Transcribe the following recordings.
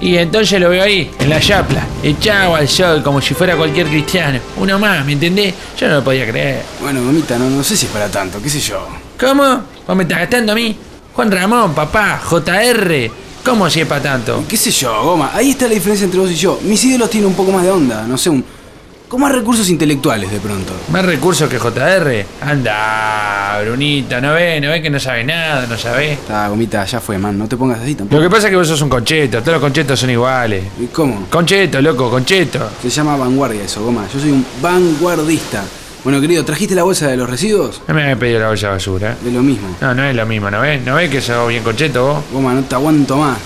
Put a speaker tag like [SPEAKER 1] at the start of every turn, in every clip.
[SPEAKER 1] Y entonces lo veo ahí, en la chapla, echado al sol como si fuera cualquier cristiano. Uno más, ¿me entendés? Yo no lo podía creer.
[SPEAKER 2] Bueno, mamita, no, no sé si es para tanto, qué sé yo.
[SPEAKER 1] ¿Cómo? ¿Vos me estás gastando a mí? Juan Ramón, papá, JR. ¿Cómo si es para tanto?
[SPEAKER 2] ¿Qué sé yo, goma? Ahí está la diferencia entre vos y yo. Mis ídolos tienen un poco más de onda, no sé, un... con más recursos intelectuales de pronto.
[SPEAKER 1] ¿Más recursos que JR? Anda, Brunita, no ve, no ve que no sabe nada, no sabe.
[SPEAKER 2] Ah, gomita, ya fue, man, no te pongas así tampoco.
[SPEAKER 1] Lo que pasa es que vos sos un concheto, todos los conchetos son iguales.
[SPEAKER 2] ¿Y cómo?
[SPEAKER 1] Concheto, loco, concheto.
[SPEAKER 2] Se llama vanguardia eso, goma. Yo soy un vanguardista. Bueno, querido, ¿trajiste la bolsa de los residuos?
[SPEAKER 1] No me había pedido la olla de basura.
[SPEAKER 2] De lo mismo.
[SPEAKER 1] No, no es lo mismo, ¿no ves? ¿No ves que sos bien concheto vos?
[SPEAKER 2] Goma, no te aguanto más.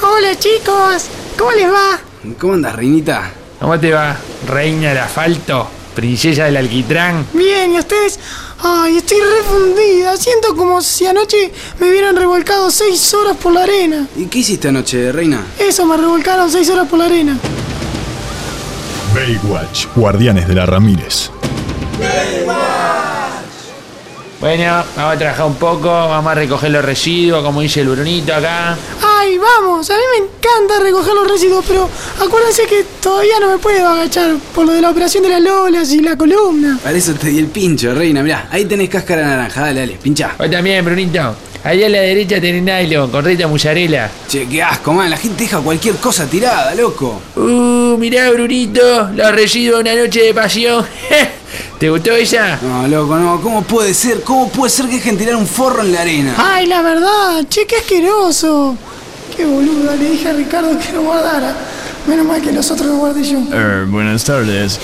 [SPEAKER 3] Hola chicos, ¿cómo les va?
[SPEAKER 2] ¿Cómo andas, reinita?
[SPEAKER 1] ¿Cómo te va? Reina del asfalto, princesa del alquitrán.
[SPEAKER 3] Bien, ¿y ustedes? Ay, estoy refundida. Siento como si anoche me hubieran revolcado seis horas por la arena.
[SPEAKER 2] ¿Y qué hiciste anoche, reina?
[SPEAKER 3] Eso, me revolcaron seis horas por la arena.
[SPEAKER 4] Baywatch, Guardianes de la Ramírez.
[SPEAKER 1] Bueno, vamos a trabajar un poco, vamos a recoger los residuos, como dice el Brunito acá.
[SPEAKER 3] Ay, vamos, a mí me encanta recoger los residuos, pero acuérdense que todavía no me puedo agachar por lo de la operación de las lolas y la columna.
[SPEAKER 2] Para eso te di el pincho, reina. Mirá, ahí tenés cáscara naranja. Dale, dale, pinchá.
[SPEAKER 1] Vos también, Brunito. Allá a la derecha tenés nylon con reta musarela.
[SPEAKER 2] Che, qué asco, man. La gente deja cualquier cosa tirada, loco.
[SPEAKER 1] Uh, mirá, Brunito, los residuos de una noche de pasión. ¿Te gustó ella?
[SPEAKER 2] No, loco, no. ¿Cómo puede ser? ¿Cómo puede ser que dejen tirar un forro en la arena?
[SPEAKER 3] Ay, la verdad, che, qué asqueroso. Qué boludo, le dije a Ricardo que lo guardara. Menos mal que los otros lo guardé yo.
[SPEAKER 5] Eh, buenas tardes.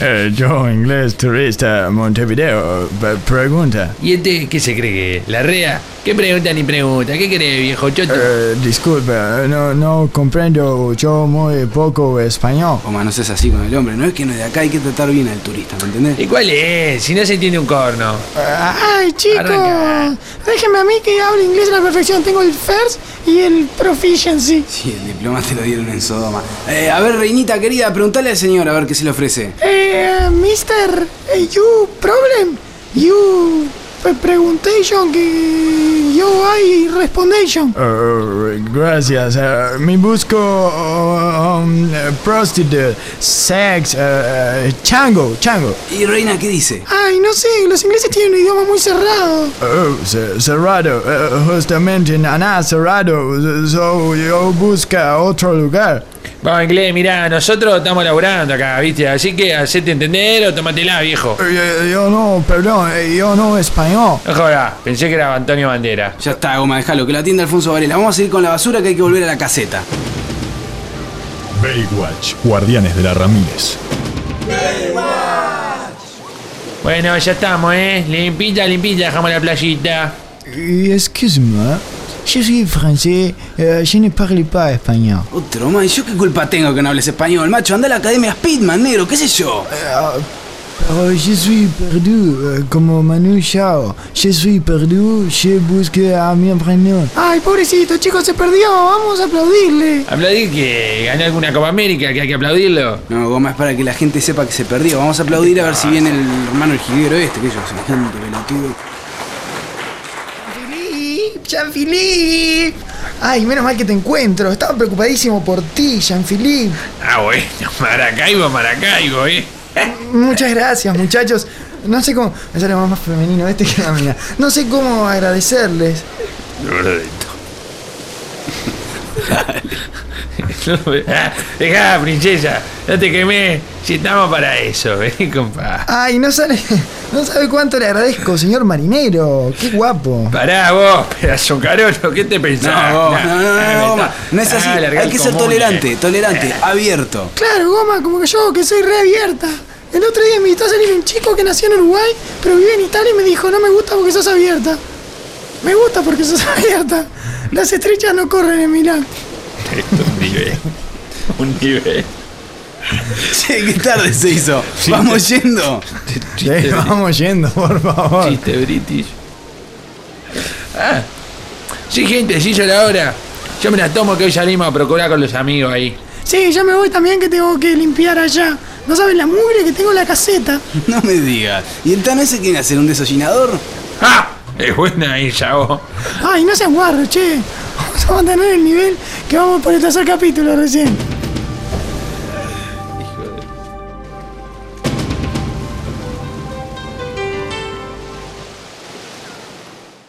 [SPEAKER 5] Eh, yo, inglés, turista, Montevideo. Pe- pregunta.
[SPEAKER 1] ¿Y este qué se cree que es? ¿La rea? ¿Qué pregunta ni pregunta? ¿Qué querés, viejo choto?
[SPEAKER 5] Eh, disculpa, no, no comprendo yo muy poco español.
[SPEAKER 2] Goma, no seas así con el hombre. No es que no es de acá, hay que tratar bien al turista, ¿me entendés?
[SPEAKER 1] ¿Y cuál es? Si no se entiende un corno.
[SPEAKER 3] Ay, chicos,
[SPEAKER 1] Arranca.
[SPEAKER 3] déjenme a mí que hable inglés a la perfección. Tengo el first y el proficiency.
[SPEAKER 2] Sí, el diploma te lo dieron en Sodoma. Eh, a ver, reinita querida, preguntale al señor a ver qué se le ofrece.
[SPEAKER 3] Eh, mister, eh, you problem? You pre- preguntation que yo I respondation.
[SPEAKER 5] Eh, gracias. Eh, me busco oh, um, eh, prostitute, sex, eh, eh, chango, chango.
[SPEAKER 2] ¿Y reina qué dice?
[SPEAKER 3] Ay, no sé, los ingleses tienen un idioma muy cerrado.
[SPEAKER 5] Oh, ce- cerrado, eh, justamente nada cerrado. So yo busca otro lugar.
[SPEAKER 1] Vamos, inglés, mirá, nosotros estamos laburando acá, ¿viste? Así que hacete entender o tomatela, viejo.
[SPEAKER 5] Eh, eh, Yo no, perdón, eh, yo no español.
[SPEAKER 1] No jodas, pensé que era Antonio Bandera.
[SPEAKER 2] Ya está, goma, déjalo, que la atienda Alfonso Varela. Vamos a ir con la basura que hay que volver a la caseta.
[SPEAKER 4] Baywatch, Guardianes de la Ramírez.
[SPEAKER 1] Bueno, ya estamos, ¿eh? Limpita, limpita, dejamos la playita.
[SPEAKER 5] Euh, Excuse-moi, je suis français, euh, je ne parle pas espagnol.
[SPEAKER 2] Otro, man, ¿y yo qué culpa tengo que no hables español, macho? Anda a la academia Speedman, negro, qué sé yo.
[SPEAKER 5] ah, Euh, je suis perdu, euh, comme Manu Chao. Je suis perdu, je busque à mi prénom.
[SPEAKER 3] Ay, pobrecito, chicos, se perdió. Vamos a aplaudirle.
[SPEAKER 1] Aplaudir que ganó alguna Copa América, que hay que aplaudirlo.
[SPEAKER 2] No, goma, es para que la gente sepa que se perdió. Vamos a aplaudir a ver si viene el hermano el jiguero este, que yo, semejante pelotudo.
[SPEAKER 6] Jean-Philippe, Jean-Philippe. Ay, menos mal que te encuentro. Estaba preocupadísimo por ti, Jean-Philippe.
[SPEAKER 1] Ah, bueno, Maracaibo, Maracaibo, ¿eh?
[SPEAKER 6] Muchas gracias, muchachos. No sé cómo. Me sale más femenino este que la mina. No sé cómo agradecerles.
[SPEAKER 1] Dejá, princesa, no te quemé. Si estamos para eso, vení, compa.
[SPEAKER 6] Ay, no sale. No sabe cuánto le agradezco, señor marinero. Qué guapo.
[SPEAKER 1] Pará vos, pedazo carolo, ¿qué te pensás?
[SPEAKER 2] No,
[SPEAKER 1] Nah,
[SPEAKER 2] no,
[SPEAKER 1] nah,
[SPEAKER 2] no, no,
[SPEAKER 1] me
[SPEAKER 2] no, goma,
[SPEAKER 1] está-
[SPEAKER 2] no es así.
[SPEAKER 1] Ah, largá
[SPEAKER 2] Hay
[SPEAKER 1] el
[SPEAKER 2] que ser
[SPEAKER 1] común,
[SPEAKER 2] tolerante,
[SPEAKER 1] eh.
[SPEAKER 2] tolerante, abierto.
[SPEAKER 3] Claro, goma, como que yo, que soy reabierta. El otro día me invitó a salir un chico que nació en Uruguay, pero vive en Italia y me dijo, no me gusta porque sos abierta. Me gusta porque sos abierta. Las estrechas no corren en Milán.
[SPEAKER 1] eh. Un nivel. Un nivel.
[SPEAKER 2] Che, qué tarde se hizo. Vamos yendo.
[SPEAKER 5] Eh, vamos yendo, por favor.
[SPEAKER 1] Chiste british. Ah. Sí, gente, sí, yo la hora. Yo me la tomo que hoy salimos a procurar con los amigos ahí.
[SPEAKER 3] Sí, ya me voy también que tengo que limpiar allá. No saben la mugre que tengo en la caseta.
[SPEAKER 2] No me digas. ¿Y el Tano ese quiere hacer un desollinador?
[SPEAKER 1] ¡Ah! Es buena ella, vos.
[SPEAKER 3] Ay, no sean guarros, che. vamos a mantener el nivel que vamos por el tercer capítulo recién.